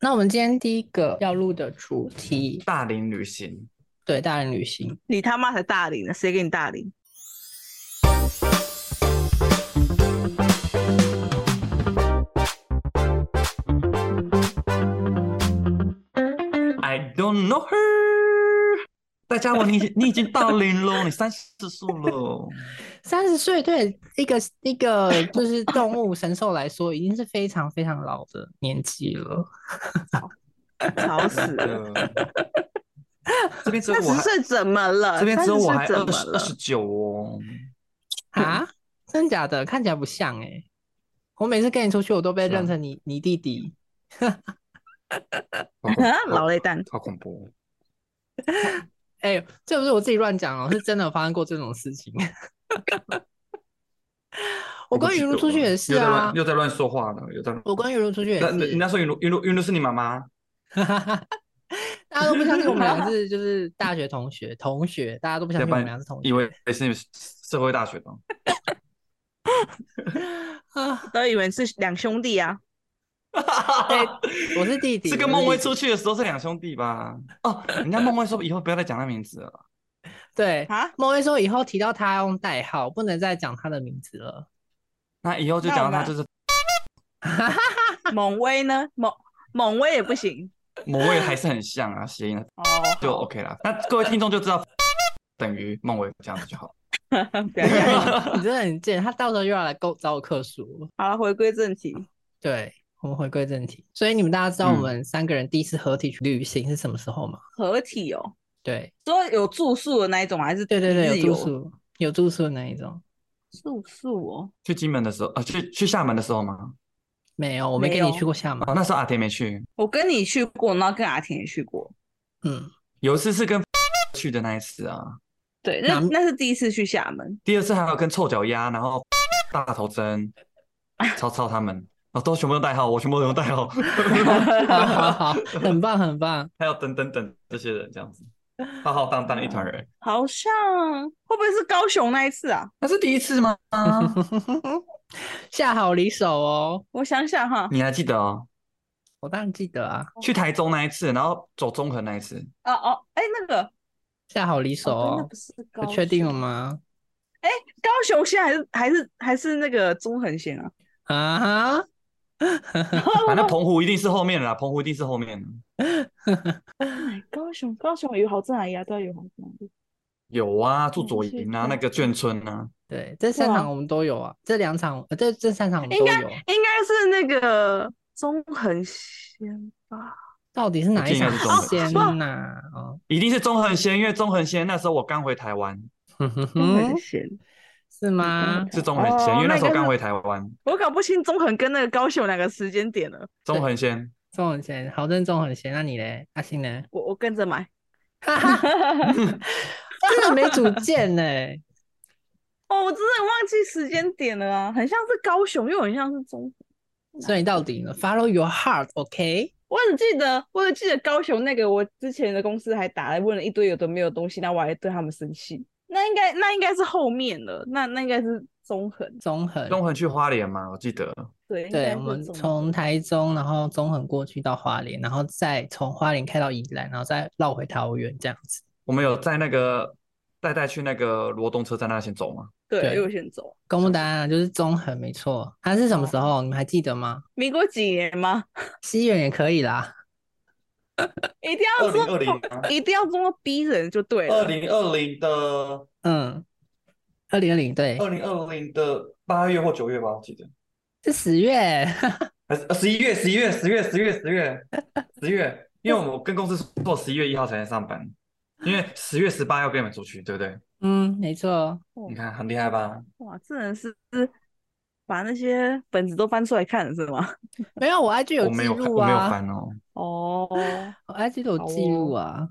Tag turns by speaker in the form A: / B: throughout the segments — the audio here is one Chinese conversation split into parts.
A: 那我们今天第一个要录的主题，
B: 大龄旅行，
A: 对大人旅行，
C: 你他妈才大龄呢，谁给你大龄？
B: I don't know her。大家伙，你你已经 到零喽，你三十岁了。
A: 三十岁对一个一个就是动物神兽来说，已经是非常非常老的年纪了。
C: 吵死了！
B: 这边只有
C: 三
B: 啊我
C: 十
B: 还，
C: 岁怎么了？
B: 这边只有我还
C: 30岁
B: 二
C: 怎么
B: 十二十
C: 了？
B: 九哦。
A: 啊，
B: 嗯
A: 真假的？看起来不像哎、我每次跟你出去，我都被
B: 是啊
A: 认成你你弟弟。
B: 好恐
C: 啊老
B: 好
C: 雷蛋，
B: 好恐怖哦！
A: 哎、这不是我自己乱讲哦，是真的有发生过这种事情。 我跟
B: 不
A: 云
B: 记
A: 露
B: 得
A: 出去
B: 了
A: 也是
B: 又在乱
A: 啊，
B: 又在乱说话了，又在乱。
A: 我跟云露出去也
B: 那那
A: 是
B: 人。家说云露云露云露是你妈妈，
A: 大家都不相信我们 俩是就是大学同学，同学，大家都不相信我们俩是同学
B: 以为是你社会大学的。
A: 啊！
C: 都以为是两兄 弟啊！
A: 我是弟弟，
B: 是跟
A: 我
B: 孟
A: 弟
B: 威
A: 弟
B: 出去的时候是两兄弟吧？哦，人家孟威说以后不要再讲他名字了。
A: 对。
C: 啊，
A: 孟威说以后提到他要用代号，不能再讲他的名字了。
B: 那以后就
C: 那
B: 讲
C: 我
B: 他
C: 们
B: 就是
C: 猛威呢？猛猛威也不行
B: 某位还是很像啊， 谐音啊
C: 哦。
B: 就
C: 好
B: OK 啦。那各位听众就知道 等于孟伟这样子就好。
C: 不要讲
A: 你真的很贱，他到时候又要来勾找我客诉了。
C: 好了，回归正题。
A: 对，我们回归正题。所以你们大家知道
B: 嗯
A: 我们三个人第一次合体去旅行是什么时候吗？
C: 合体哦，
A: 对，
C: 说有住宿的那一种吗还是
A: 对对对，
C: 一
A: 有
C: 日游
A: 住宿，有住宿的那一种。
C: 住宿哦，
B: 去金门的时候，啊，去去厦门的时候吗？
A: 没有，我没
C: 没
A: 跟你
C: 有
A: 去过厦门。
B: 哦，那时候阿田没去，
C: 我跟你去过，然后跟阿田也去过。
A: 嗯，
B: 有一次是跟 去的那一次啊，
C: 对，那
A: 哪
C: 那是第一次去厦门，
B: 第二次还有跟臭脚丫，然后 大头针、超超他们，哦，都全部用代号，我全部都用代 号，
A: 好好好，很棒很棒。
B: 还有等等等这些人这样子，浩浩荡荡一团人。
C: 好像会不会是高雄那一次啊？
B: 那是第一次吗？
A: 下好离手哦，
C: 我想想哈，
B: 你还记得哦？
A: 我当然记得啊，
B: 去台中那一次，然后走中横那一次，
C: 哦哦，哎、那个
A: 下好离手
C: 哦，对那
A: 哦
C: 不。是高
A: 有
C: 雄，
A: 确定哦了？吗？
C: 高雄现在还是还是还是那个中横线 啊？
A: 啊哈，
B: 反
C: 哦
B: 正澎湖一定是后面的啦，澎湖一定是后面的。
C: 哎高雄高雄有好在哪里啊？都有好在哪里？
B: 有啊，住左
C: 嗯是
B: 营啊，
C: 这
B: 那
C: 样
B: 个眷村啊，
A: 对，这三
C: 哇
A: 场我们都有啊，这两场，呃，这这三场我们
C: 应
A: 都
C: 该
A: 有。
C: 应该是那个中横线吧？
A: 到底是哪一
B: 我记得
A: 场
B: 应该是中
C: 横
A: 先
C: 线
A: 呐？哦，
B: 一定是中横先，因为中横先那时候我刚回台湾，
A: 哼哼
C: 中
A: 哼
C: 横，线，
A: 是嗯吗？
B: 是中横先，
C: 哦
B: 因为那时候
C: 那个是
B: 刚回台湾，
C: 我搞不清中横跟那个高雄两个时间点了。
B: 中横先。
A: 中很先，好正中很先，那你嘞？阿信 呢？
C: 我我跟着买，
A: 哈哈，真的没主见呢。
C: 哦，我真的忘记时间点了啊，很像是高雄，又很像是中横。
A: 所以你到底呢？Follow your heart，OK？
C: 我只记得，我只记得高雄那个，我之前的公司还打来问了一堆有的没有的东西，那我还对他们生气。那应该那应该是后面了，那那应该是中横，
A: 中横，
B: 中横去花莲嘛，我记得。
C: 对，应
A: 对，
C: 该
A: 我
C: 是
A: 们
C: 中横
A: 从台中，然后中横过去到花莲，然后再从花莲开到宜兰，然后再绕回桃园这样子。
B: 我们有在那个带带去那个罗东车站那先走吗？
A: 对
C: 对右先走。
A: 公布答案啊就是中横，没错。它是什
C: 哦
A: 么时候？你们还记得吗？
C: 民国几年吗？
A: 西元也可以啦。
C: 一定要说，一定要这么逼人就对了。
B: 零啊二零的
A: 嗯，二零二零，对，
C: 哦
B: 零二零的八月或九月吧，我记得。
A: 是十月。
B: 还是呃十一月，十一月，十月，十月，十月，十月，因为我们跟公司说十一月一号才能上班，因为十月十八要跟你们出去，对不对？
A: 嗯，没错。
B: 你看很厉害吧？
C: 哇，真的是把那些本子都翻出来看了是吗？
A: 没有，我 IG
B: 我
A: 记
B: 没有看，
A: 录
B: 我没有
A: 啊，
B: 翻哦。
C: 哦，
A: 我 IG 都有
C: 好
A: 记录
C: 哦
A: 啊。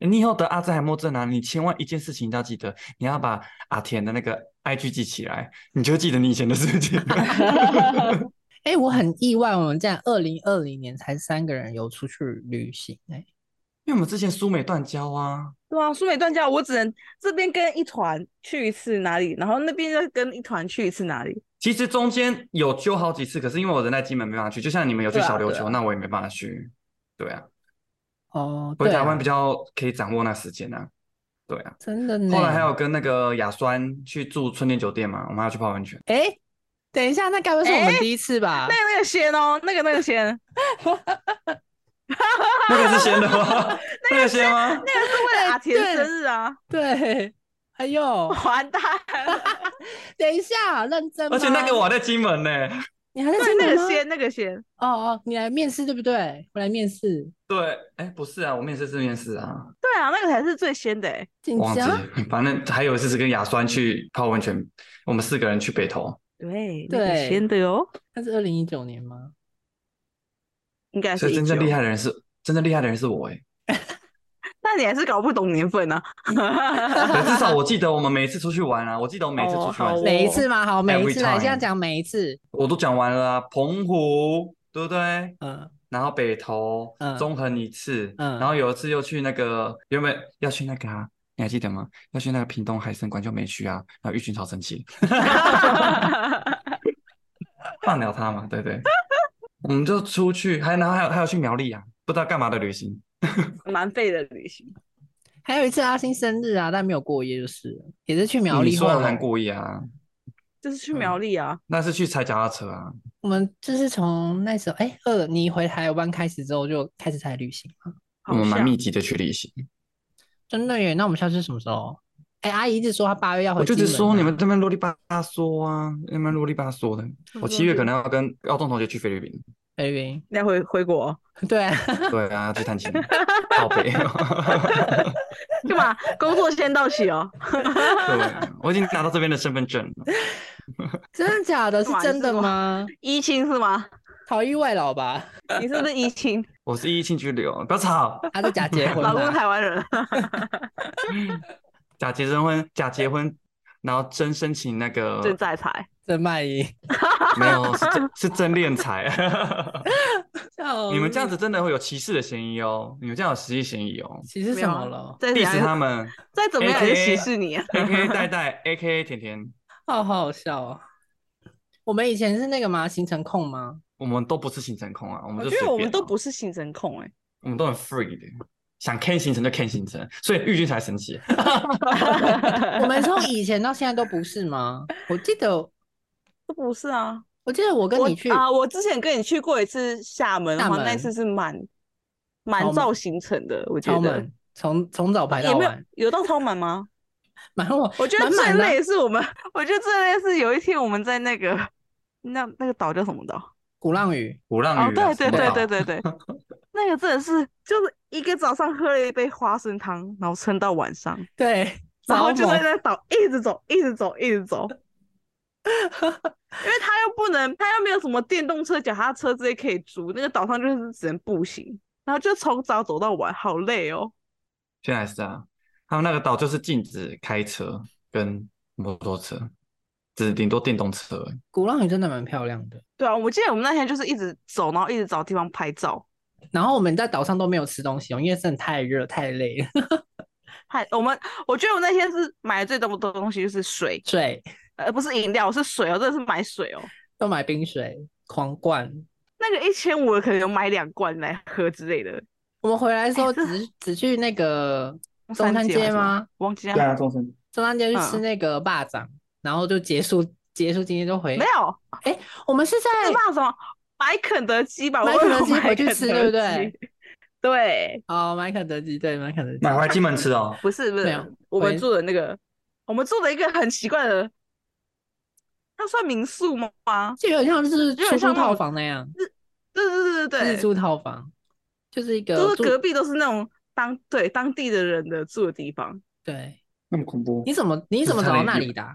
B: 你以后得阿兹海默症啊，你千万一件事情一定要记得，你要把阿田的那个 IG 记起来，你就会记得你以前的事情。
A: 哎、我很意外，我们在二零二零年才三个人有出去旅行哎、
B: 因为我们之前苏美断交啊，
C: 对啊，苏美断交，我只能这边跟一团去一次哪里，然后那边再跟一团去一次哪里。
B: 其实中间有揪好几次，可是因为我人在金门没办法去，就像你们有去
C: 对啊
B: 小琉
C: 对
B: 球，
C: 啊
B: 那我也没办法去。对啊，
A: 哦，
B: 回
A: 对
B: 台
A: 啊
B: 湾比较可以掌握那时间啊。对啊，
A: 真的呢。
B: 后来还有跟那个雅酸去住春天酒店嘛，我们还要去泡温泉。
A: 哎，等一下，那该不会是我们第一次吧
C: 那？个那个先哦，那个那个先，
B: 那个是先 的吗？那个先吗？
C: 那个是为了阿田
A: 对
C: 生日啊，
A: 对，哎呦，
C: 完蛋了。
A: 等一下，认真吗？
B: 而且那个我还在金门呢、
A: 你还在
C: 对，
A: 金
C: 那
A: 门
C: 个
A: 吗？
C: 先，那个先。
A: 哦哦，你来面试对不对？我来面试，
B: 对，哎，不是啊，我面试是面试啊，
C: 对啊，那个才是最先的、欸。
A: 紧
B: 忘记
A: 张
B: 了。反正还有一次是跟雅酸去泡温泉，我们四个人去北投，
C: 对，那个
A: 对
C: 先的哦，
A: 那是二零一九年 吗？
C: 应该
B: 所
C: 是
B: 以真正
C: 19
B: 厉害。的人是真正厉害的人是我哎、
C: 那你还是搞不懂年份呢、啊。
B: 对，至少我记得我们每一次出去玩啊，我记得我每一次出去玩，
C: 哦好哦
A: 每一次吗？好，每一
B: Every
A: 次来，现在
B: time
A: 讲每一次。
B: 我都讲完了啊，澎湖对不对？
A: 嗯，
B: 然后北投、
A: 嗯
B: 中横一次，
A: 嗯
B: 然后有一次又去那个原本要去那个啊，你还记得吗？要去那个屏东海参馆就没去啊，然后玉群超生气，放了他嘛，对对， 我们就出去，还然后还有还有去苗栗啊，不知道干嘛的旅行，
C: 蛮废的旅行，
A: 还有一次阿星生日啊，但没有过夜，就是了也是去苗
B: 你
A: 栗
B: 说
A: 后
B: 的很
A: 来，
B: 故意啊，
C: 就是去苗栗啊。
B: 那是去踩脚踏车啊，
A: 我们就是从那时候，哎，二你回台湾开始之后就开始在旅行了，
B: 我
C: 好
B: 们蛮
C: 像
B: 密集的去旅行，
A: 真的耶。那我们下次什么时候？哎，阿姨一直说她八月要回
B: 我就
A: 金门
B: 只
A: 啊，
B: 说你们这边啰里吧嗦啊，那边啰里吧嗦的，
C: 我
B: 我
C: 知道
B: 七月
C: 这
B: 可能要跟高中同学去 菲律宾，
A: 菲律宾，
C: 要回回国
A: 对，
B: 对啊，要去探亲，靠北。
C: 干嘛？工作先到齐哦。
B: 对，我已经拿到这边的身份证了。
A: 真的假的？是
C: 哇你
A: 真
C: 是
A: 的
C: 吗
A: 吗？
C: 一清是吗？
A: 逃逸外劳吧？
C: 你是不是一清？
B: 我是一庆居留，不要吵。
A: 他在假结婚
C: 老公
A: 啦，
C: 台湾人，
B: 假结婚，假结婚，然后真申请那个
C: 正在才。
A: 真卖淫。
B: 没有，是真是真敛财。哦你们这样
A: 子，
B: 子真的会有歧视的嫌疑哦，你们这样有实际嫌疑哦。
A: 其实什
C: 没有
A: 么
C: 啊
A: 了？
C: 再怎
B: diss 他
C: 样，
B: 们
C: 再怎么样也是
B: AKA
C: 歧视你啊。
B: ，A K A 代代，A K A 甜甜，
A: 好好笑啊！我们以前是那个嘛，行程控 吗？
B: 我们都不是行程控啊，我们
C: 我
B: 就
C: 觉
B: 随
C: 得
B: 便
C: 我们都
B: 啊
C: 不，是行政控哎、
B: 我们都很 free 的，想 can 行程就 can 行程，所以玉君才生 气。
A: 我们从以前到现在都不是吗？我记得，
C: 都不是啊。
A: 我记得我跟
C: 我
A: 你去，
C: 啊，我之前跟你去过一次厦门，
A: 厦
C: 然后那
A: 门
C: 次是蛮
A: 超
C: 蛮
A: 满
C: 造行程的，我觉
A: 超
C: 得
A: 满，从从早排
C: 也
A: 到
C: 没有
A: 晚，
C: 有到超满吗？
A: 满我
C: 我觉得
A: 满
C: 最
A: 满的啊
C: 累的是我们，我觉得最累的是有一天我们在那个那那个岛叫什么岛？
A: 鼓浪屿，
B: 鼓浪
C: 哦，
B: 屿啊，
C: 对对
B: 什么
C: 对
B: 岛
C: 对，对对， 那个真的是就是一个早上喝了一杯花生汤，然后撑到晚上，
A: 对，
C: 然后
A: 超
C: 就在
A: 猛
C: 那岛一直走，一直走，一直走。因为他又不能，他又没有什么电动车、脚踏车这些可以租，那个岛上就是只能步行，然后就从早走到晚，好累哦。
B: 现在是啊，他们那个岛就是禁止开车跟摩托车，只顶多电动车而已。
A: 鼓浪屿真的蛮漂亮的。
C: 对啊，我记得我们那天就是一直走，然后一直找地方拍照，
A: 然后我们在岛上都没有吃东西哦，因为真的太热太累了。
C: 还我们我觉得我那天是买的最多的东西就是水，
A: 水
C: 呃，不是饮料，是水哦，真的是买水哦。
A: 都买冰水，狂灌。
C: 那个一千五可能有买两罐来喝之类的，
A: 我们回来的时
C: 哎
A: 候
C: 这
A: 只只去那个中
C: 三
A: 山
C: 姐还
A: 街
C: 是什么
A: 吗？
C: 忘记了。
B: 啊，众生。
A: 中山街去吃
C: 嗯
A: 那个霸掌，然后就结束结束今天就回。
C: 没有，
A: 我们是在
C: 是怕什么？买肯德基吧，
A: 买
C: 我
A: 肯德
C: 有
A: 基
C: 买
A: 回去
C: 肯
A: 吃
C: 德
A: 对不对
C: 基？对，
A: 哦买肯德基，对买肯德基，
B: 买回来金门吃哦。
C: 不是不
A: 没
C: 是
A: 有，
C: 我们
A: 回
C: 住的那个，我们住的一个很奇怪的，那算民宿吗？
A: 就有点像是
C: 就有
A: 出
C: 点像
A: 租
C: 那种
A: 套房那样，
C: 对对对对
A: 日
C: 对，
A: 租套房，就是一
C: 就
A: 个
C: 是
A: 住
C: 隔壁都是那种当对当地的人的住的地方。
A: 对。
B: 那么恐怖
A: 你怎么你怎么
B: 就是
A: 找
B: 它
A: 到
B: 那
A: 那
B: 一
A: 里的啊、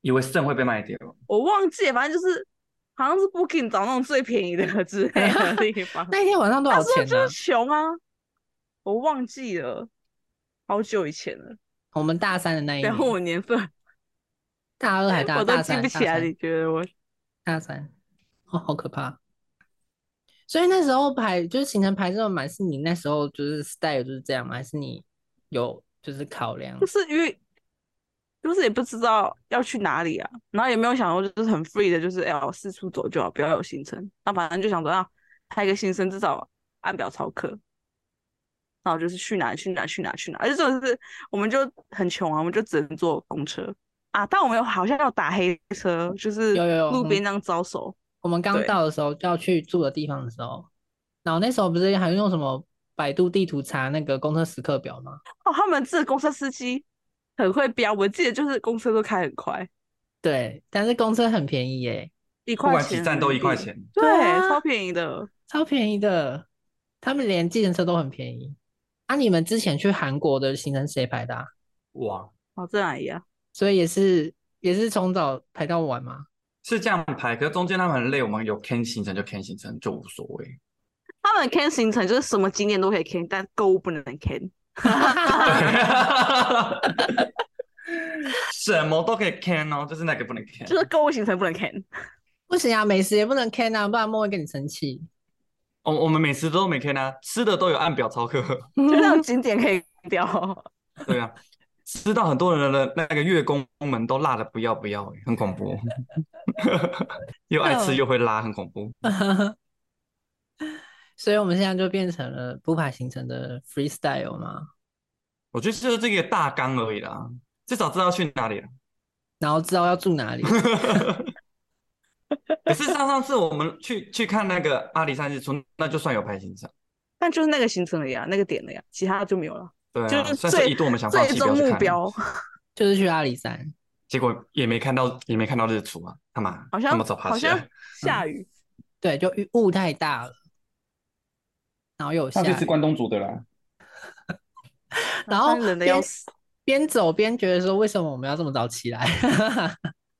B: 以为肾会被卖掉，
C: 我忘记了，反正就是好像是 Booking 找那种最便宜的之类的地方。
A: 哎 那一天晚上多
C: 他
A: 少
C: 说
A: 钱呢、
C: 就是穷啊，我忘记了，好久以前了，
A: 我们大三的那一
C: 不要
A: 年，
C: 问我年份，
A: 大二还大
C: 我都
A: 大
C: 记
A: 三
C: 不
A: 大
C: 起来。
A: 三
C: 你觉得我
A: 大三，哦，好可怕！所以那时候排就是行程排这么满，是你那时候就是 style 就是这样吗？还是你有就是考量
C: 就？是因为就是也不知道要去哪里啊，然后也没有想过就是很 free 的，就是哎呀、我四处走就好，不要有行程。那反正就想着要拍个新生，至少按表操课。然后就是去哪去哪去哪去哪，而且这种是我们就很穷啊，我们就只能坐公车啊。但我们有好像有打黑车，就是
A: 有有有
C: 路
A: 嗯
C: 边那样招手。
A: 我们刚
C: 对
A: 到的时候就要去住的地方的时候，然后那时候不是还用什么百度地图查那个公车时刻表吗？
C: 哦，他们这公车司机很会飙，我记得就是公车都开很快，
A: 对，但是公车很便宜耶，
C: 一
B: 不
C: 块
B: 管几
C: 钱
B: 站都一块
C: 人民币，
B: 钱。
A: 对
C: 对，
A: 啊
C: 超便宜的。
A: 超便宜的。他们连计程车都很便宜。啊，你们之前去韩国的行程谁排的啊？
B: 哇，
C: 哦，这哪一样？
A: 所以也是也是从早排到晚吗？
B: 是这样排，可是中间他们很累，我们有 can 行程就 can 行程就无所 谓。
C: 他们 can 行程就是什么景点都可以 can，但购物不能 can。
B: 什么都可以 can 哦，就是那个不能 can。
C: 就是购物行程不 能 can。
A: 不行啊，美食也不能 can 啊，不然莫会跟你生气。
B: 我我们每次都没 can 啊，吃的都有按表操课。
C: 就那种景点可以掉。
B: 对啊，吃到很多人的那个月宫们都辣的不要不要、欸，很恐怖。 又爱吃又会拉，很恐怖。
A: 所以我们现在就变成了不排行程的 freestyle 嘛，
B: 我觉得就是这个大纲而已啦，至少知道去哪里了。
A: 然后知道要住哪 里。
B: 可是上上次我们去去看那个阿里山日出，那就算有排行程。
C: 但就是那个行程了啊呀，那个点了呀，其他就没有了。
B: 对啊，
C: 就是
B: 算
C: 最
B: 是一度我们想放
C: 最
B: 弃，不要
C: 终
B: 去
C: 目
B: 看，
C: 标
A: 就是去阿里山，
B: 结果也没看到，也没看到日出啊！他妈，
C: 好
B: 那
C: 像
B: 么早爬
C: 好
B: 起来
C: 像，下雨，
A: 对，就雨雾太大了，然后有下雨，
B: 关东煮的啦。
A: 然后
C: 反正冷的
A: 边
C: 要死。
A: 边走边觉得说为什么我们要这么早起来？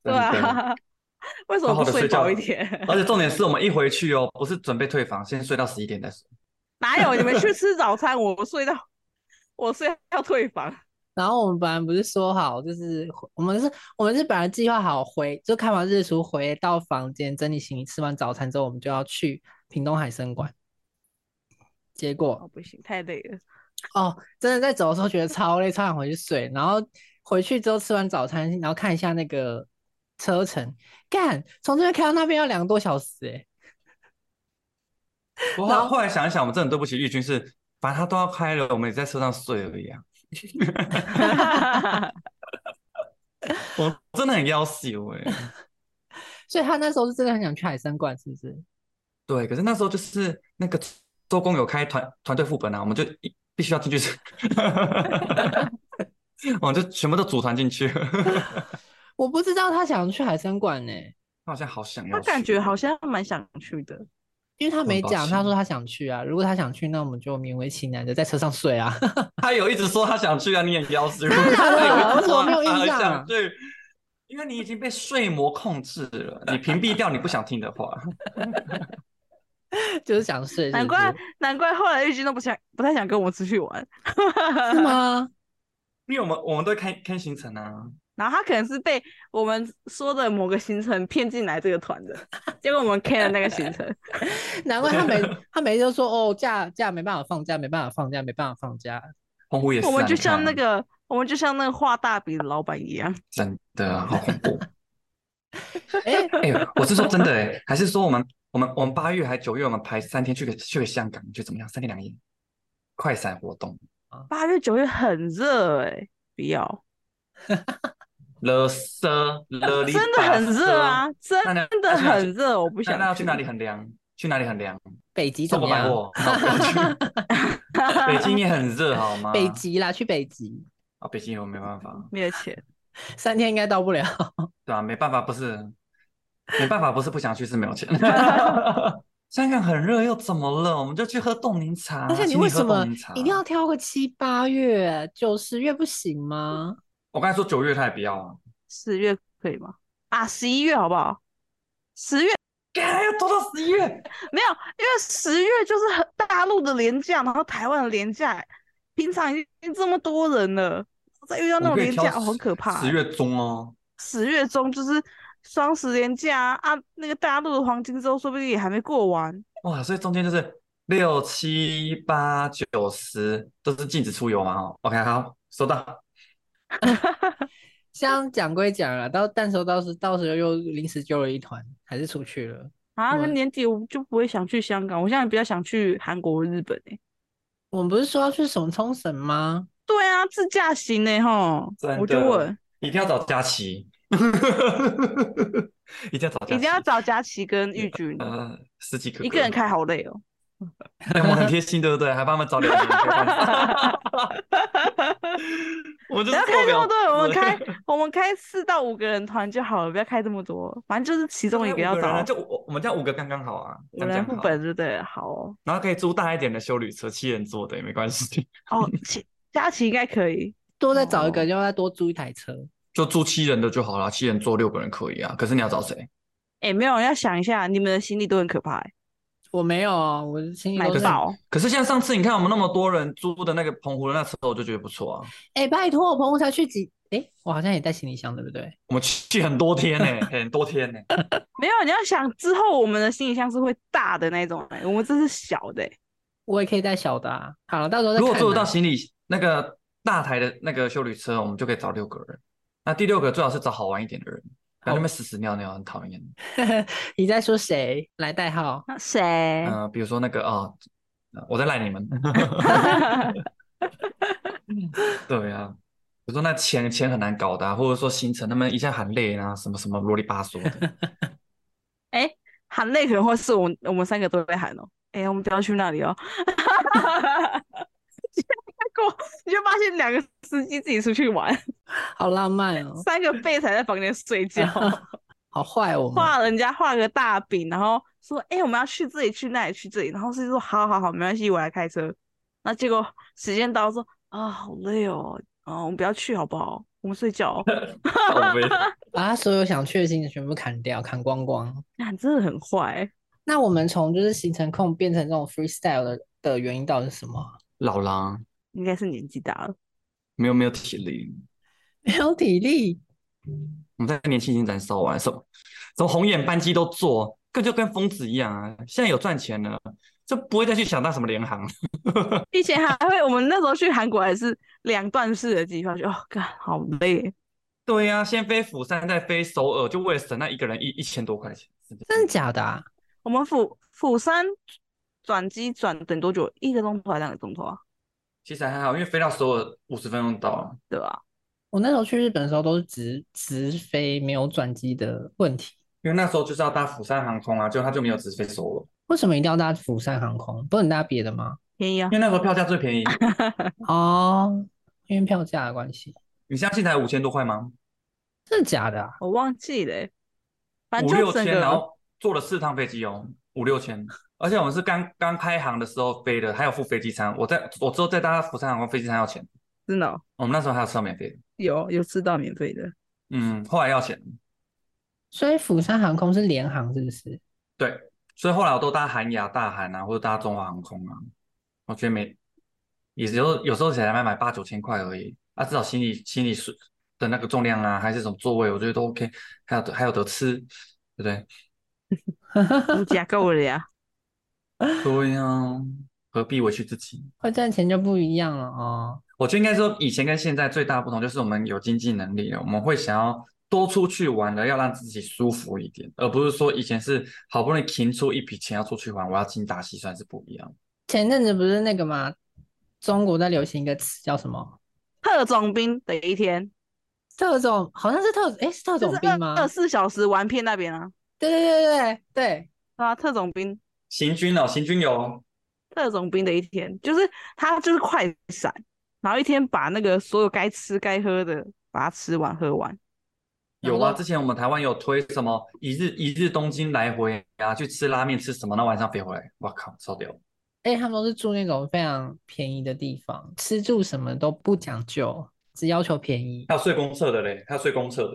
C: 对
B: 真的
C: 啊， 为什么
B: 嗯好好
C: 不
B: 地
C: 睡
B: 睡觉
C: 饱一
B: 吧
C: 点？
B: 而且重点是我们一回去哦，不是准备退房，先睡到十一点再说。
C: 哪有你们去吃早餐，我睡到 我睡到退房。
A: 然后我们本来不是说好，就是回我们是，我们是本来计划好回，就看完日出回到房间整理行李，吃完早餐之后，我们就要去屏东海参馆。结果
C: 哦，不行，太累 了。
A: 哦，真的在走的时候觉得超累，超想回去睡。然后回去之后吃完早餐，然后看一下那个车程，干，从这边开到那边要两个多小时、欸，
B: 我
A: 然后
B: 后后来想一想，我们真的很对不起玉军是，反正他都要开了，我们也在车上睡而已啊。我真的很要羞 哎、
A: 所以他那时候是真的很想去海参馆，是不是？
B: 对，可是那时候就是那个周公有开团团队副本啊，我们就一必须要进去 吃，我们就全部都组团进去。
A: 我不知道他想去海参馆欸呢、
B: 他好像好想要
C: 他
B: 去，
C: 感觉好像蛮想去的。
A: 因为他没
B: 抱
A: 讲，他
B: 歉
A: 说他想去啊。如果他想去，那我们就勉为其难的在车上睡啊。
B: 他有一直说他想去啊，你也要死。
A: 然了
B: 他有一直说
A: 我怎么没有印
B: 他
A: 象啊
B: 想去，因为你已经被睡魔控制了，你屏蔽掉你不想听的话。
A: 就是想睡是不是，
C: 难怪难怪后来玉军都不想不太想跟我们出去玩。
A: 是吗？
B: 因为我们我们都看看行程啊，
C: 然后他可能是被我们说的某个行程骗进来这个团的，结果我 们 can 了那个行程，
A: 难怪他每他每次都说哦，假假没办法放假，没办法放假，没办法放 假。
B: 澎湖也是啊、
C: 我们就
B: 你看
C: 像那个我们就像那个画大饼的老板一样，
B: 真的好恐怖。
A: 哎、
B: 哎、我是说真的哎、还是说我们我们我们八月还九月我们排三天去个去个香港，你觉得怎么样？三天两夜快闪活动，
C: 八月九月很热哎、不要，
B: 了瑟了里
C: 真的很
B: 巴
C: 热啊，真
B: 哦那那
C: 的
B: 那去哪
C: 很热，我不
B: 瑟！那
C: 想
B: 那要去哪里？很凉？去哪里很凉？
A: 北极
B: 中
A: 怎
B: 国
A: 么
B: 百
A: 样？
B: 货，那我不要去北京也很热好吗？
A: 北极啦，去北极，
B: 啊，北京我没办法，
C: 没有钱，
A: 三天应该到不了。
B: 对啊，没办法，不是没办法，不是不想去，是没有钱。香港很热又怎么了？我们就去喝冻柠茶。
A: 而且你
B: 请
A: 为什
B: 喝冻
A: 么
B: 柠茶
A: 一定要？挑个七八月、九十月不行吗？
B: 我刚才说九月他也不要啊，
C: 十月可以吗？啊，十一月好不好？十月
B: 干要拖到十一月。
C: 没有，因为十月就是很大陆的廉价，然后台湾的廉价，欸平常已经这么多人了，再遇到
B: 我
C: 那
B: 们
C: 种
B: 可以
C: 廉价，
B: 挑
C: 哦很可怕欸。
B: 十月中哦，
C: 十月中就是双十连假啊，啊那个大陆的黄金周说不定也还没过完，
B: 哇，所以中间就是六七八九十都是禁止出游嘛哦。OK，好，收到。
A: 像讲归讲了，到但时候到时到时候又临时揪了一团，还是出去了。
C: 啊，
A: 我
C: 那年底我就不会想去香港，我现在比较想去韩国、日本欸诶、
A: 我们不是说要去什么冲绳吗？
C: 对啊，自驾行呢、欸、吼，
B: 真
C: 我就
B: 的
C: 问，
B: 一定要找佳琪， 一定要找佳
C: 一定要
B: 琪。
C: 找佳 琪跟玉君，
B: 呃，十几个
C: 一个人开好累 哦。
B: 哎，我们很贴心，对不对？还帮他们找两年陪 伴，我们就是
C: 不要
B: 臭
C: 开这
B: 婊
C: 么多，我们
B: 子
C: 开 我们开四到五个人团就好了，不要开这么多，反正就是其中一
B: 开
C: 个
B: 五
C: 要
B: 人啊就
C: 找
B: 我我们这样五个刚刚好啊，
C: 五
B: 这样
C: 人
B: 刚
C: 副
B: 好
C: 本，对不对？好哦，
B: 然后可以租大一点的修旅车，七人座的也没关系，
C: 哦，其佳琪应该可以。
A: 多再找一个，
C: 哦
A: 要再多租一台车。
B: 就租七人的就好了，七人座六个人可以啊。可是你要找谁？
C: 哎，没有，要想一下，你们的行李都很可怕欸，
A: 我没有啊，我心里
C: 买
A: 都是。
C: 爆。
B: 可是像上次你看我们那么多人租的那个澎湖的那车，我就觉得不错啊。
A: 哎、拜托，我朋友才去几？哎、我好像也带行李箱，对不对？
B: 我们去很多天呢、 很多天呢、
C: 没有，你要想之后我们的行李箱是会大的那种欸，我们这是小的欸。
A: 我也可以带小的啊。好了，到时候再
B: 如果
A: 看
B: 做得
A: 啊
B: 到行李那个大台的那个修旅车，我们就可以找六个人。那第六个最好是找好玩一点的人，
C: 哦
B: 不要那边屎屎尿尿，很讨厌。
A: 你在说谁？来代号。
C: 那谁？
B: 嗯、比如说那个哦，我在赖你们。 对啊，我说那钱钱很难搞的、啊，或者说行程他们一下喊累啊，什么什么啰里吧嗦的。
C: 哎，喊累可能会是我们我们三个都会喊哦。哎，我们不要去那里哦。 过，你就发现两个司机自己出去玩，
A: 好浪漫哦，
C: 三个备才在房间睡 觉，
A: 好坏我们。
C: 画人家画个大饼，然后说：“哎、我们要去这里，去那里，去这里。”然后司机说：“好好好，没关系，我来开车。”那结果时间到说：“啊，好累哦，啊，我们不要去好不好？我们睡觉哦。
B: 靠北
A: 把他所有想去的行程全部砍掉，砍光光。
C: 那你啊真的很坏欸、
A: 那我们从就是行程控变成这种 freestyle 的的原因到底是什么啊？
B: 老狼
C: 应该是年纪大了。
B: 没有没有体力，
A: 没有体力，
B: 我们在年轻已经燃烧完了，什么什么红眼班机都做，更就跟疯子一样啊！现在有赚钱了，就不会再去想当什么联航。
C: 以前还会，我们那时候去韩国还是两段式的计划，就哦，干好累。
B: 对呀、先飞釜山，再飞首尔，就为了省那一个人一一千多块钱。
A: 真的假的啊？
C: 我们釜釜山转机转等多久？一个钟头还是两个钟头啊？
B: 其实还好，因为飞到首尔五十分钟就到了。
C: 对吧？
A: 我那时候去日本的时候都是直直飞，没有转机的问题。
B: 因为那时候就是要搭釜山航空啊，就它就没有直飞首尔，
A: 为什么一定要搭釜山航空？不能搭别的吗？
C: 便宜啊
B: 因为！那时候票价最便 宜，
A: 哦，因为票价的关系，
B: 你相信才五千多块吗？
A: 真的假的啊？
C: 我忘记了欸、反
B: 五
C: 正就
B: 六
C: 整
B: 千，
C: 个
B: 然
A: 哦
B: 后坐了四趟飞机哦，五六千。而且我们是刚刚开航的时候飞的，还有付飞机餐。我在我之后再搭釜山航空飞机餐要钱，
C: 真的哦、
B: 我们那时候还有吃到免费的，
C: 有有吃到免费的，
B: 嗯，后来要钱。
A: 所以釜山航空是联航，是不是？
B: 对，所以后来我都搭韩亚、大韩啊，或者搭中华航空啊。我觉得没，也就有时候才买买八九千块而已，啊，至少心里心里是的那个重量啊，还是什么座位，我觉得都 OK，还有得还有得吃，对不对？
C: 你加够了呀。
B: 对呀、何必委屈自己？
A: 会赚钱就不一样了哦。
B: 我觉得应该说，以前跟现在最大不同就是我们有经济能力了，我们会想要多出去玩了，要让自己舒服一点，而不是说以前是好不容易勤出一笔钱要出去玩，我要精打细算是不一样。
A: 前阵子不是那个嘛，中国在流行一个词叫什么？
C: 特种兵的一天，
A: 特种好像是特哎、是特
C: 就
A: 种
C: 是
A: 兵吗？
C: 二十四小时玩遍那边啊，
A: 对对对对对
C: 对啊，特种兵，
B: 行军哦，行军游。
C: 特种兵的一天，就是他就是快闪，然后一天把那个所有该吃该喝的把它吃完喝完。
B: 有
A: 然
B: 啊，
A: 后
B: 之前我们台湾有推什么一日一日东京来回啊，去吃拉面吃什么，那晚上飞回来，哇靠，超屌！
A: 哎、他们都是住那种非常便宜的地方，吃住什么都不讲究，只要求便宜。
B: 还有睡公厕的嘞，还有睡公厕的，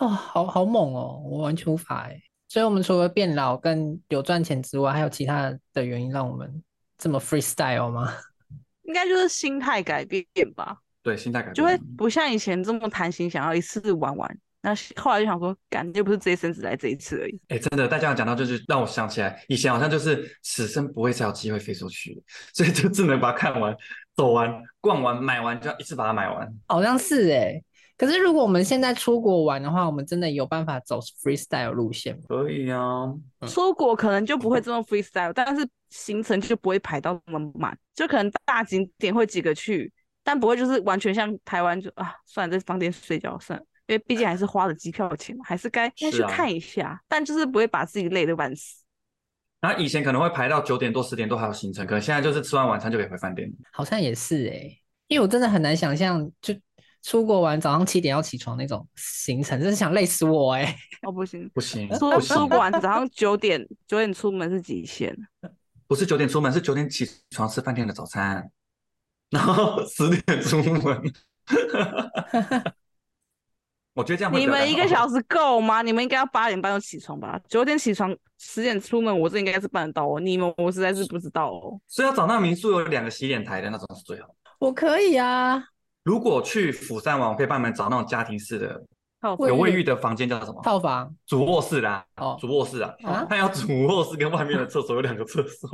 A: 哦，好好猛哦，我完全无法哎。所以，我们除了变老跟有赚钱之外，还有其他的原因让我们这么 freestyle 吗？
C: 应该就是心态改变吧，
B: 对，心态改
C: 就
B: 变
C: 会
B: 了
C: 不像以前这么贪心，想要一次玩完。那后来就想说，干又不是这一生只来这一次而已。
B: 哎，真的，大家讲到就是让我想起来，以前好像就是此生不会再有机会飞出去了， 所以就只能把它看完、走完、逛完、买完，就要一次把它买完。
A: 好像是哎、可是如果我们现在出国玩的话，我们真的有办法走 freestyle 路线吗？
B: 可以啊，
A: 嗯
C: 出国可能就不会这么 freestyle，但是行程就不会排到那么满，就可能大景点会几个去，但不会就是完全像台湾就啊，算了，在房间睡觉算了，因为毕竟还是花了机票钱嘛，还是该该
B: 是
C: 去
B: 啊
C: 看一下，但就是不会把自己累得半死。
B: 然后以前可能会排到九点多、十点多还有行程，可能现在就是吃完晚餐就可以回饭店。
A: 好像也是哎、因为我真的很难想象，就出国玩早上七点要起床那种行程，真是想累死我哎、
C: 哦，不行，
B: 不行，
C: 出
B: 不行
C: 出，国玩早上九点九点出门是极限，
B: 不是九点出门，是九点起床吃饭店的早餐，然后十点出门。我觉得这样会
C: 你
B: 比较
C: 们一个
B: 好
C: 小时够吗？你们应该要八点半就起床吧，九点起床，十点出门，我这应该是办得到哦，你们我实在是不知道哦。
B: 所以要找那民宿有两个洗脸台的那种是最好。
A: 我可以啊，
B: 如果去釜山玩，我可以帮你们找那种家庭式的
C: 好
A: 卫
B: 有卫
A: 浴
B: 浴的房间，叫什么？
A: 套房
B: 主卧室啦
A: 哦，
B: 主卧室啊
A: 啊，
B: 它要主卧室跟外面的厕所有两个厕所，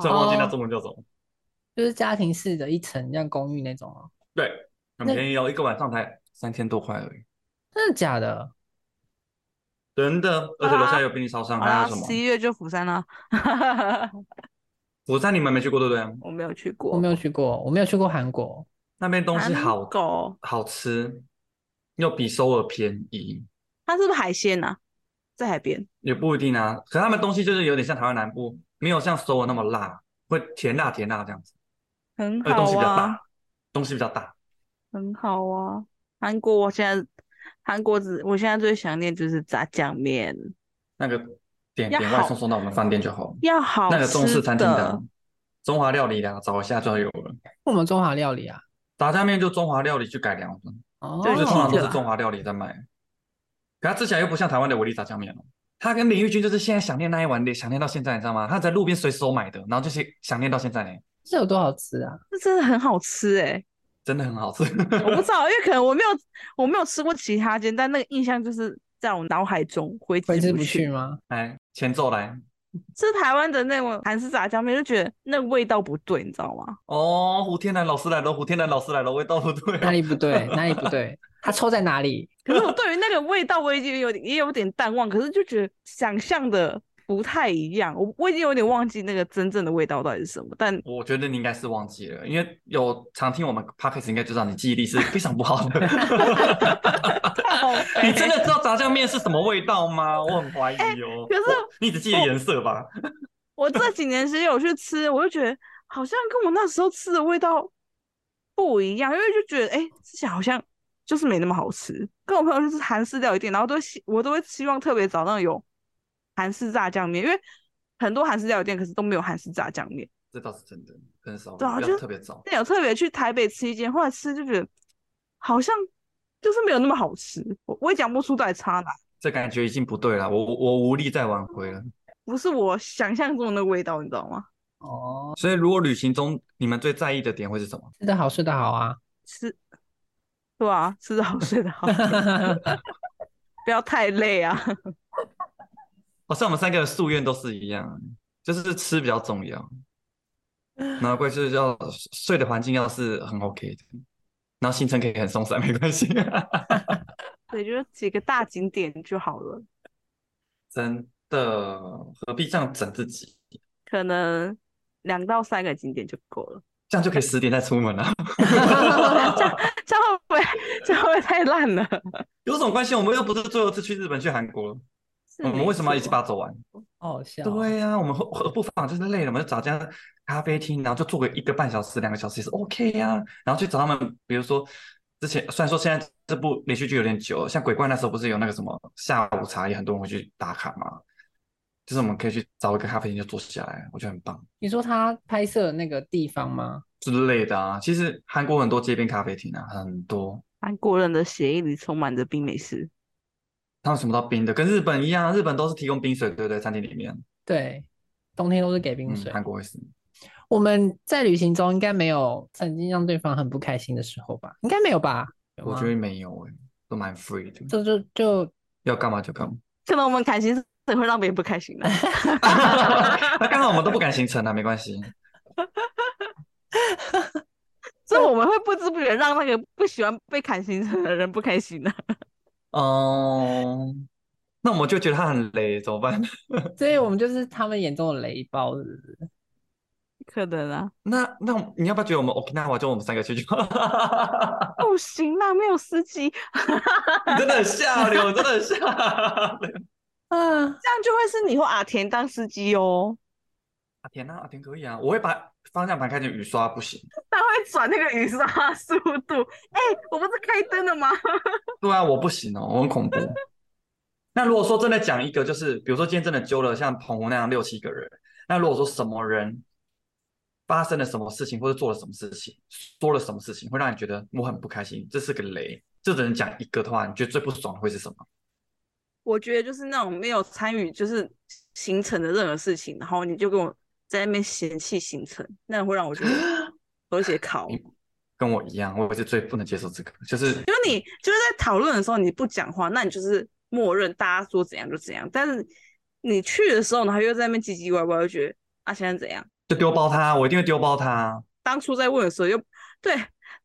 B: 突然忘
C: 哦
B: 记那中文叫什么。
A: 就是家庭式的一层，像公寓那种哦、
B: 对，很
A: 那
B: 便宜哦，一个晚上才三千多块而已，
A: 真的假的？
B: 真的。而且楼
C: 啊
B: 下有便利超商，
C: 好
B: 还
C: 啦，
B: 有什么
C: 十？一月就釜山啦，
B: 釜山你们没去过对不对？
C: 我没有去过，
A: 我没有去过，我没有去过韩国。
B: 那边东西
C: 韩
B: 好
C: 国
B: 好吃，又比首尔便宜，
C: 它是不是海鲜呐、在海边，
B: 也不一定啊。可是他们东西就是有点像台湾南部，没有像首尔那么辣，会甜辣甜辣这样子，
C: 很
B: 而且东西
C: 好
B: 比较
C: 啊
B: 大，，东西比较大。
C: 很好啊。韩国，我现在韩国只我现在最想念就是炸酱面，
B: 那个点
C: 要
B: 点外
C: 好
B: 送送到我们饭店就好了。
C: 要好
B: 那个中式
C: 吃
B: 餐厅
C: 的
B: 的中华料理啦，找一下就有了。
A: 我们中华料理啊，
B: 炸酱面就中华料理去改良，
A: 哦，
C: 对
B: 就是通常都
C: 记
B: 是
C: 得
B: 中华料理在卖。可它吃起来又不像台湾的维力炸酱面了。他跟林玉君就是现在想念那一碗，想念到现在，你知道吗？他在路边随手买的，然后就是想念到现在呢，
A: 这有多好吃啊？
C: 这真的很好吃哎、
B: 真的很好吃。
C: 我不知道，因为可能我没有我没有吃过其他间，但那个印象就是在我脑海中挥之
A: 挥之
C: 不
A: 不去
C: 去。
A: 吗？
B: 来，前奏来
C: 吃台湾的那种韩式炸酱面，就觉得那个味道不对，你知道吗？
B: 哦，胡天南老师来了，胡天南老师来了，味道不对、啊
A: 哪里不 对？哪里不对？它错在哪里？
C: 可是我对于那个味道，我已经有点也有点淡忘，可是就觉得想象的不太一样。我我已经有点忘记那个真正的味道到底是什么，但
B: 我觉得你应该是忘记了，因为有常听我们 podcast 应该知道你记忆力 是非常不好的。你真的知道炸酱面是什么味道吗？我很怀疑哦。
C: 哎可是
B: 我你只记得颜色吧？
C: 我这几年其实有去吃，我就觉得好像跟我那时候吃的味道不一样，因为就觉得哎，诶吃起来好像就是没那么好吃。跟我朋友去吃韩式料理店，然后都希我都会希望特别找那种有韩式炸酱面，因为很多韩式料理店可是都没有韩式炸酱面。
B: 这倒是真的，很少，
C: 对啊
B: 要
C: 就
B: 特别早。
C: 但有特别去台北吃一间，后来吃就觉得好像就是没有那么好吃，我我也讲不出到底差哪，
B: 这感觉已经不对了，我我我无力再挽回了。
C: 不是我想象中的那味道，你知道吗？
A: 哦，
B: 所以，如果旅行中你们最在意的点会是什么？
A: 吃得好，睡得好 啊。
C: 吃，对啊，吃得好，睡 得好。不要太累啊！
B: 好哦像我们三个的夙愿都是一样，就是吃比较重要，然后关键是要睡的环境要是很 OK 的，然后行程可以很松散，没关系。
C: 对，就是几个大景点就好了。
B: 真的，何必这样整自己？
C: 可能两到三个景点就够了。
B: 这样就可以十点再出门了，
C: 这样会不会这样会不会太烂了？
B: 有什么关系？我们又不是最后一次去日本、去韩国了，
C: 是
B: 我们为什么要一
C: 没
B: 起
C: 错
B: 把它走完？
A: 好好笑哦。
B: 对呀、我们何何不妨就是累了，我们就找家咖啡厅，然后就坐个一个半小时、两个小时也是 OK 呀、然后去找他们，比如说之前虽然说现在这部连续剧有点久了，像《鬼怪》那时候不是有那个什么下午茶，也很多人会去打卡嘛。就是我们可以去找一个咖啡厅就坐下来，我觉得很棒
A: 你说他拍摄的那个地方吗？
B: 之类的啊。其实韩国很多街边咖啡厅啊，很多，
C: 韩国人的血液里充满着冰美式，
B: 他们什么都冰的，跟日本一样啊，日本都是提供冰水，对不对？餐厅里面，
A: 对，冬天都是给冰
B: 嗯，
A: 水。
B: 韩国也是。
A: 我们在旅行中应该没有曾经让对方很不开心的时候吧？应该没有吧？有
B: 我
A: 吗
B: 觉得没有诶、欸都蛮 free 的，
A: 这就就
B: 要干嘛就干嘛。
C: 可能我们开心是会让别人不开心的。
B: 那刚好我们都不敢行程啊，没关系。
C: 所以我们会不知不觉让那个不喜欢被砍行程的人不开心的、啊
B: 嗯，那我们就觉得他很雷，怎么办？
A: 所以我们就是他们眼中的雷包，是不是？
C: 可能啊，
B: 那那你要不要觉得我们 Okinawa 就我们三个去就？
C: 不行啦，没有司机，这
B: 你真的很吓你，我真的很 吓你。
A: 啊，
C: 样就会是你或阿田当司机哦，
B: 阿田啊，阿田可以啊，我会把方向盘开成雨刷，不行。
C: 他会转那个雨刷速度。哎、我不是开灯了吗？
B: 对啊，我不行哦，我很恐怖。那如果说真的讲一个，就是比如说今天真的揪了像澎湖那样六七个人，那如果说什么人发生了什么事情，或者做了什么事情，说了什么事情，会让你觉得我很不开心，这是个雷。这只能讲一个的话，你觉得最不爽的会是什么？
C: 我觉得就是那种没有参与就是行程的任何事情，然后你就跟我在那边嫌弃行程，那会让 我觉得有些考。
B: 跟我一样，我也是最不能接受这个，就是
C: 就是你就是在讨论的时候你不讲话，那你就是默认大家说怎样就怎样。但是你去的时候，然后又在那边唧唧歪歪，就觉得啊现在怎样？
B: 就丢包他，我一定会丢包他。
C: 当初在问的时候又对，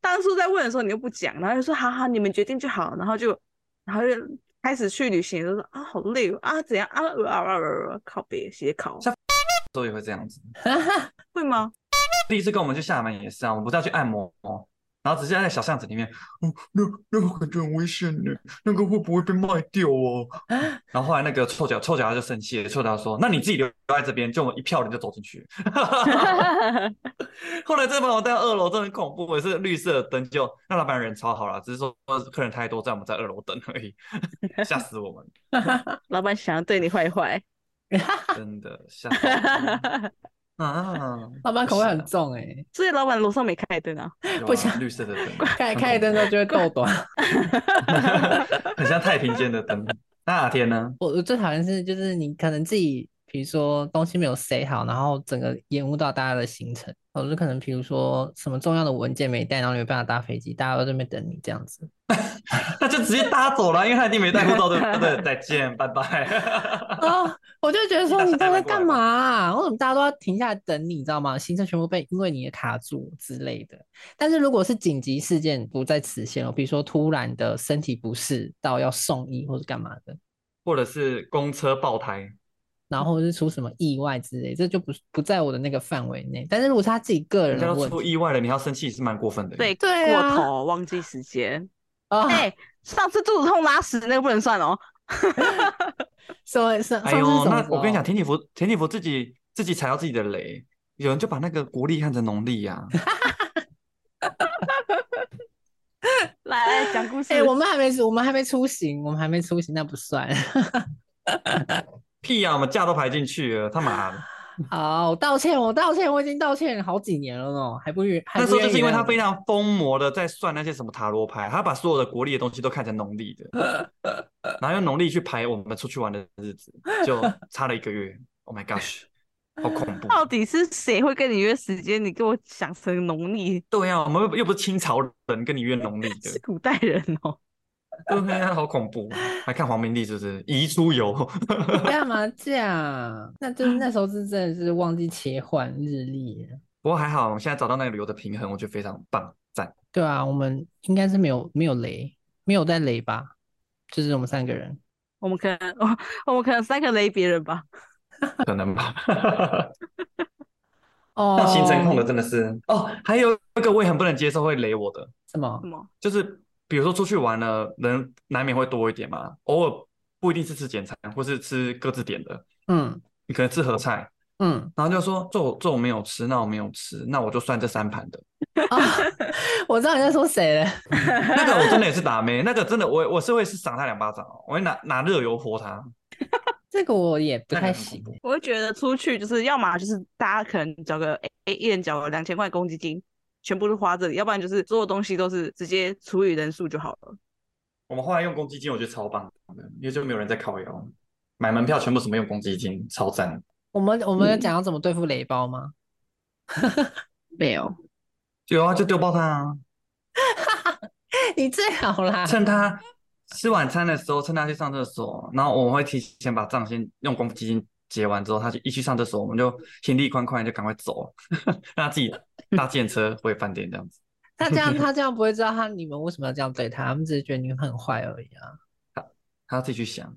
C: 当初在问的时候你又不讲，然后又说好好你们决定就好，然后就然后就开始去旅行，就说啊好累哦啊怎样啊呃啊啊啊啊靠别写考
B: 像都也会这样子。
C: 会吗？
B: 第一次跟我们去厦门也是啊，我们不是要去按摩，然后只是在小巷子里面，哦，那那个感觉很危险呢，那个会不会被卖掉哦？然后后来那个臭脚臭脚他就生气了，臭脚他说：“那你自己留留在这边，就我们一票人就走进去。”后来再把我带到二楼，真的很恐怖，也是绿色的灯就，那老板人超好了，只是说客人太多，在我们在二楼等 而已，吓死我们，
C: 老板想要对你坏坏，
B: 真的吓死我 们啊！
A: 老板口味很
B: 不行
A: 重哎，
C: 所以老板楼上没开灯啊，
B: 啊有啊
A: 不想
B: 绿色的灯，
A: 开
B: 很
A: 开
B: 恐
A: 灯
B: 怖
A: 之后就会够短。
B: 很像太平间的灯。那哪天呢？
A: 我我最讨厌是就是你可能自己，比如说东西没有塞好，然后整个延误到大家的行程。我就可能比如说什么重要的文件没带，然后你没办法搭飞机，大家都在那边等你这样子。
B: 那就直接搭走了，因为他一定没带护照，对 不对？再见，拜拜。
A: 哦， 我就觉得说
B: 大
A: 你
B: 家
A: 到底
B: 带
A: 在
B: 过来
A: 干
B: 吧
A: 嘛啊、为什么大家都要停下来等你？你知道吗？行程全部被因为你的卡住之类的。但是如果是紧急事件不在此限哦，比如说突然的身体不适到要送医或者干嘛的，
B: 或者是公车爆胎，
A: 然后或者是出什么意外之类，这就不是不在我的那个范围内。但是如果是他自己个人
B: 人家
A: 的
B: 都
A: 问
B: 出
A: 题，
B: 意外了，你还要生气也是蛮过分的。
C: 对，
A: 对
C: 过
A: 啊
C: 头忘记时间。
A: 啊，
C: 哎、 上次肚子痛拉屎那个不能算哦，
A: 什么什
B: 哎
A: 上次啊
B: 呦，
A: 什么
B: 那
A: 时
B: 我跟
A: 候
B: 你讲，田体福田体福自己自己踩到自己的雷，有人就把那个国历看成农历 呀、
C: 来来讲故事。
A: 哎、我们还没我们还没出行，我们还没出行，那不算。
B: 屁呀、我们假都排进去了，他妈的！
A: 好，道歉，我道歉，我已经道歉好几年了呢，还不愿 还
B: 那
A: 不
B: 时候就
A: 愿啊
B: 是因为
A: 原
B: 他
A: 谅
B: 非
A: 我
B: 常疯魔的在算那些什么塔罗牌，他把所有的国历的东西都看成农历的， 然后用农历去排我们出去玩的日子，就差了一个月。Oh my gosh，好 恐怖！
C: 到底是谁会跟你约时间？你给我想成农历，
B: 对啊，我们又又不是清朝人，跟你约农历
C: 是
B: 的，
C: 古代人哦。
B: 对啊，好恐怖！来看黄明帝是不是移出游？
A: 干嘛这样？那就是那时候是真的是忘记切换日历了。
B: 不过还好，我们现在找到那个旅游的平衡，我觉得非常棒，赞。
A: 对啊，我们应该是没有没有雷，没有带雷吧？就是我们三个人。
C: 我们可能，我我们可能三个雷别人吧。
B: 可能吧。
A: 哦，
B: 那行程控的真的是哦，还有一个我也很不能接受会雷我的，
A: 什么
C: 什？么？
B: 就是比如说出去玩了，人难免会多一点嘛，偶尔不一定是吃简餐，或是吃各自点的，
A: 嗯
B: 你可能吃合菜，
A: 嗯
B: 然后就说这我这我没有吃，那我没有吃，那我就算这三盘的。
A: 啊， 我知道你在说谁了。
B: 那个我真的也是打妹，那个真的我我是会是赏他两巴掌哦，我会拿拿热油泼他。
A: 这个我也不
B: 那个
A: 太
B: 很恐
A: 行
B: 怖
A: 欸
C: 我会觉得出去就是要么就是大家可能找个哎、诶一人找个两千块公积金，全部都花这里；要不然就是所有东西都是直接除以人数就好了。
B: 我们后来用公积金，我觉得超棒的，因为就没有人在靠腰，买门票全部什么用公积金，超赞。
A: 我们我们有讲要怎么对付雷包吗？
C: 没有，
B: 有啊，就丢爆他啊，
A: 你最好啦。
B: 啊趁他吃晚餐的时候，趁他去上厕所，然后我们会提前把账先用公积金结完之后，他就一去上厕所，我们就心力宽宽就赶快走 了，让他自己搭电车回饭店这样子。
A: 他这 样他这样不会知道他你们为什么要这样对他，他们只是觉得你们很坏而已啊。
B: 他要自己去想，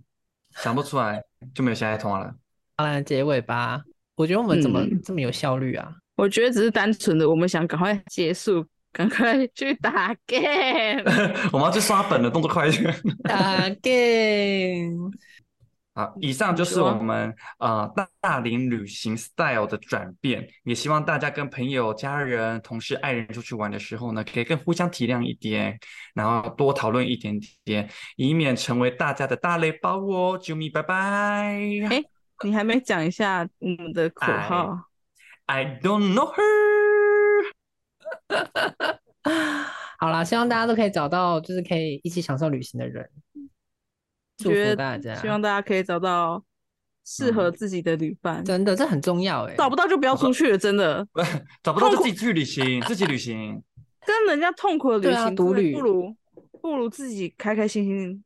B: 想不出来就没有下一通了。
A: 好了，结尾吧。我觉得我们怎么
C: 嗯
A: 这么有效率啊？
C: 我觉得只是单纯的，我们想赶快结束，赶快去打 game。
B: 我们要去刷本了，动作快一点。
A: 打 game。
B: 好，啊以上就是
C: 嗯说
B: 我们呃大大龄旅行 style 的转变，也希望大家跟朋友、家人、同事、爱人出去玩的时候呢，可以更互相体谅一点，然后多讨论一点点，以免成为大家的大雷包哦。啾咪，拜拜。
C: 你还没讲一下我们的口
B: 哎
C: 号。
B: I don't know her。
A: 好啦，希望大家都可以找到，就是可以一起享受旅行的人。祝
C: 觉
A: 福
C: 得
A: 大家，
C: 希望大家可以找到适合
B: 嗯
C: 自己的旅伴，
A: 真的这很重要哎、
C: 找不到就不要出去了，真的
B: 找不到就
C: 痛
B: 自己去旅行，自己旅行。
C: 跟人家痛苦的旅
A: 对
C: 行
A: 啊，
C: 真
A: 独
C: 的
A: 旅
C: 不如不如自己开开心心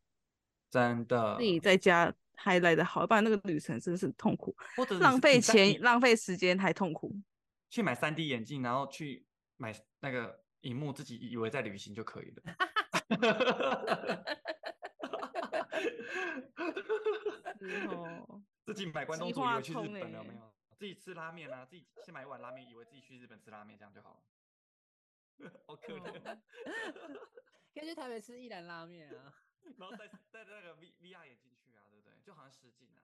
B: 真的
C: 自，己在家还来的好，不然那个旅程真的是很痛苦，
B: 或者你
C: 浪
B: 是
C: 费
B: 你在你
C: 钱、浪费时间还痛苦。
B: 去买三 D 眼镜，然后去买那个荧幕，自己以为在旅行就可以了。
C: 之
A: 哦
C: 后
B: 自己买关东
C: 计
B: 煮以
C: 划
B: 为去日
C: 控
B: 本了没
C: 欸
B: 有？自己吃拉面啊，自己先买一碗拉面，以为自己去日本吃拉面，这样就好了。 好可怜，
C: 哦
A: 可以去台北吃一兰拉面啊。
B: 然后再戴那个 V VR 眼镜去啊，对不对？就好像失禁啊。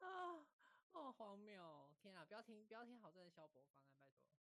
A: 啊，哦，荒谬哦！天啊，不要听，不要听好正的萧伯方案，拜托。啊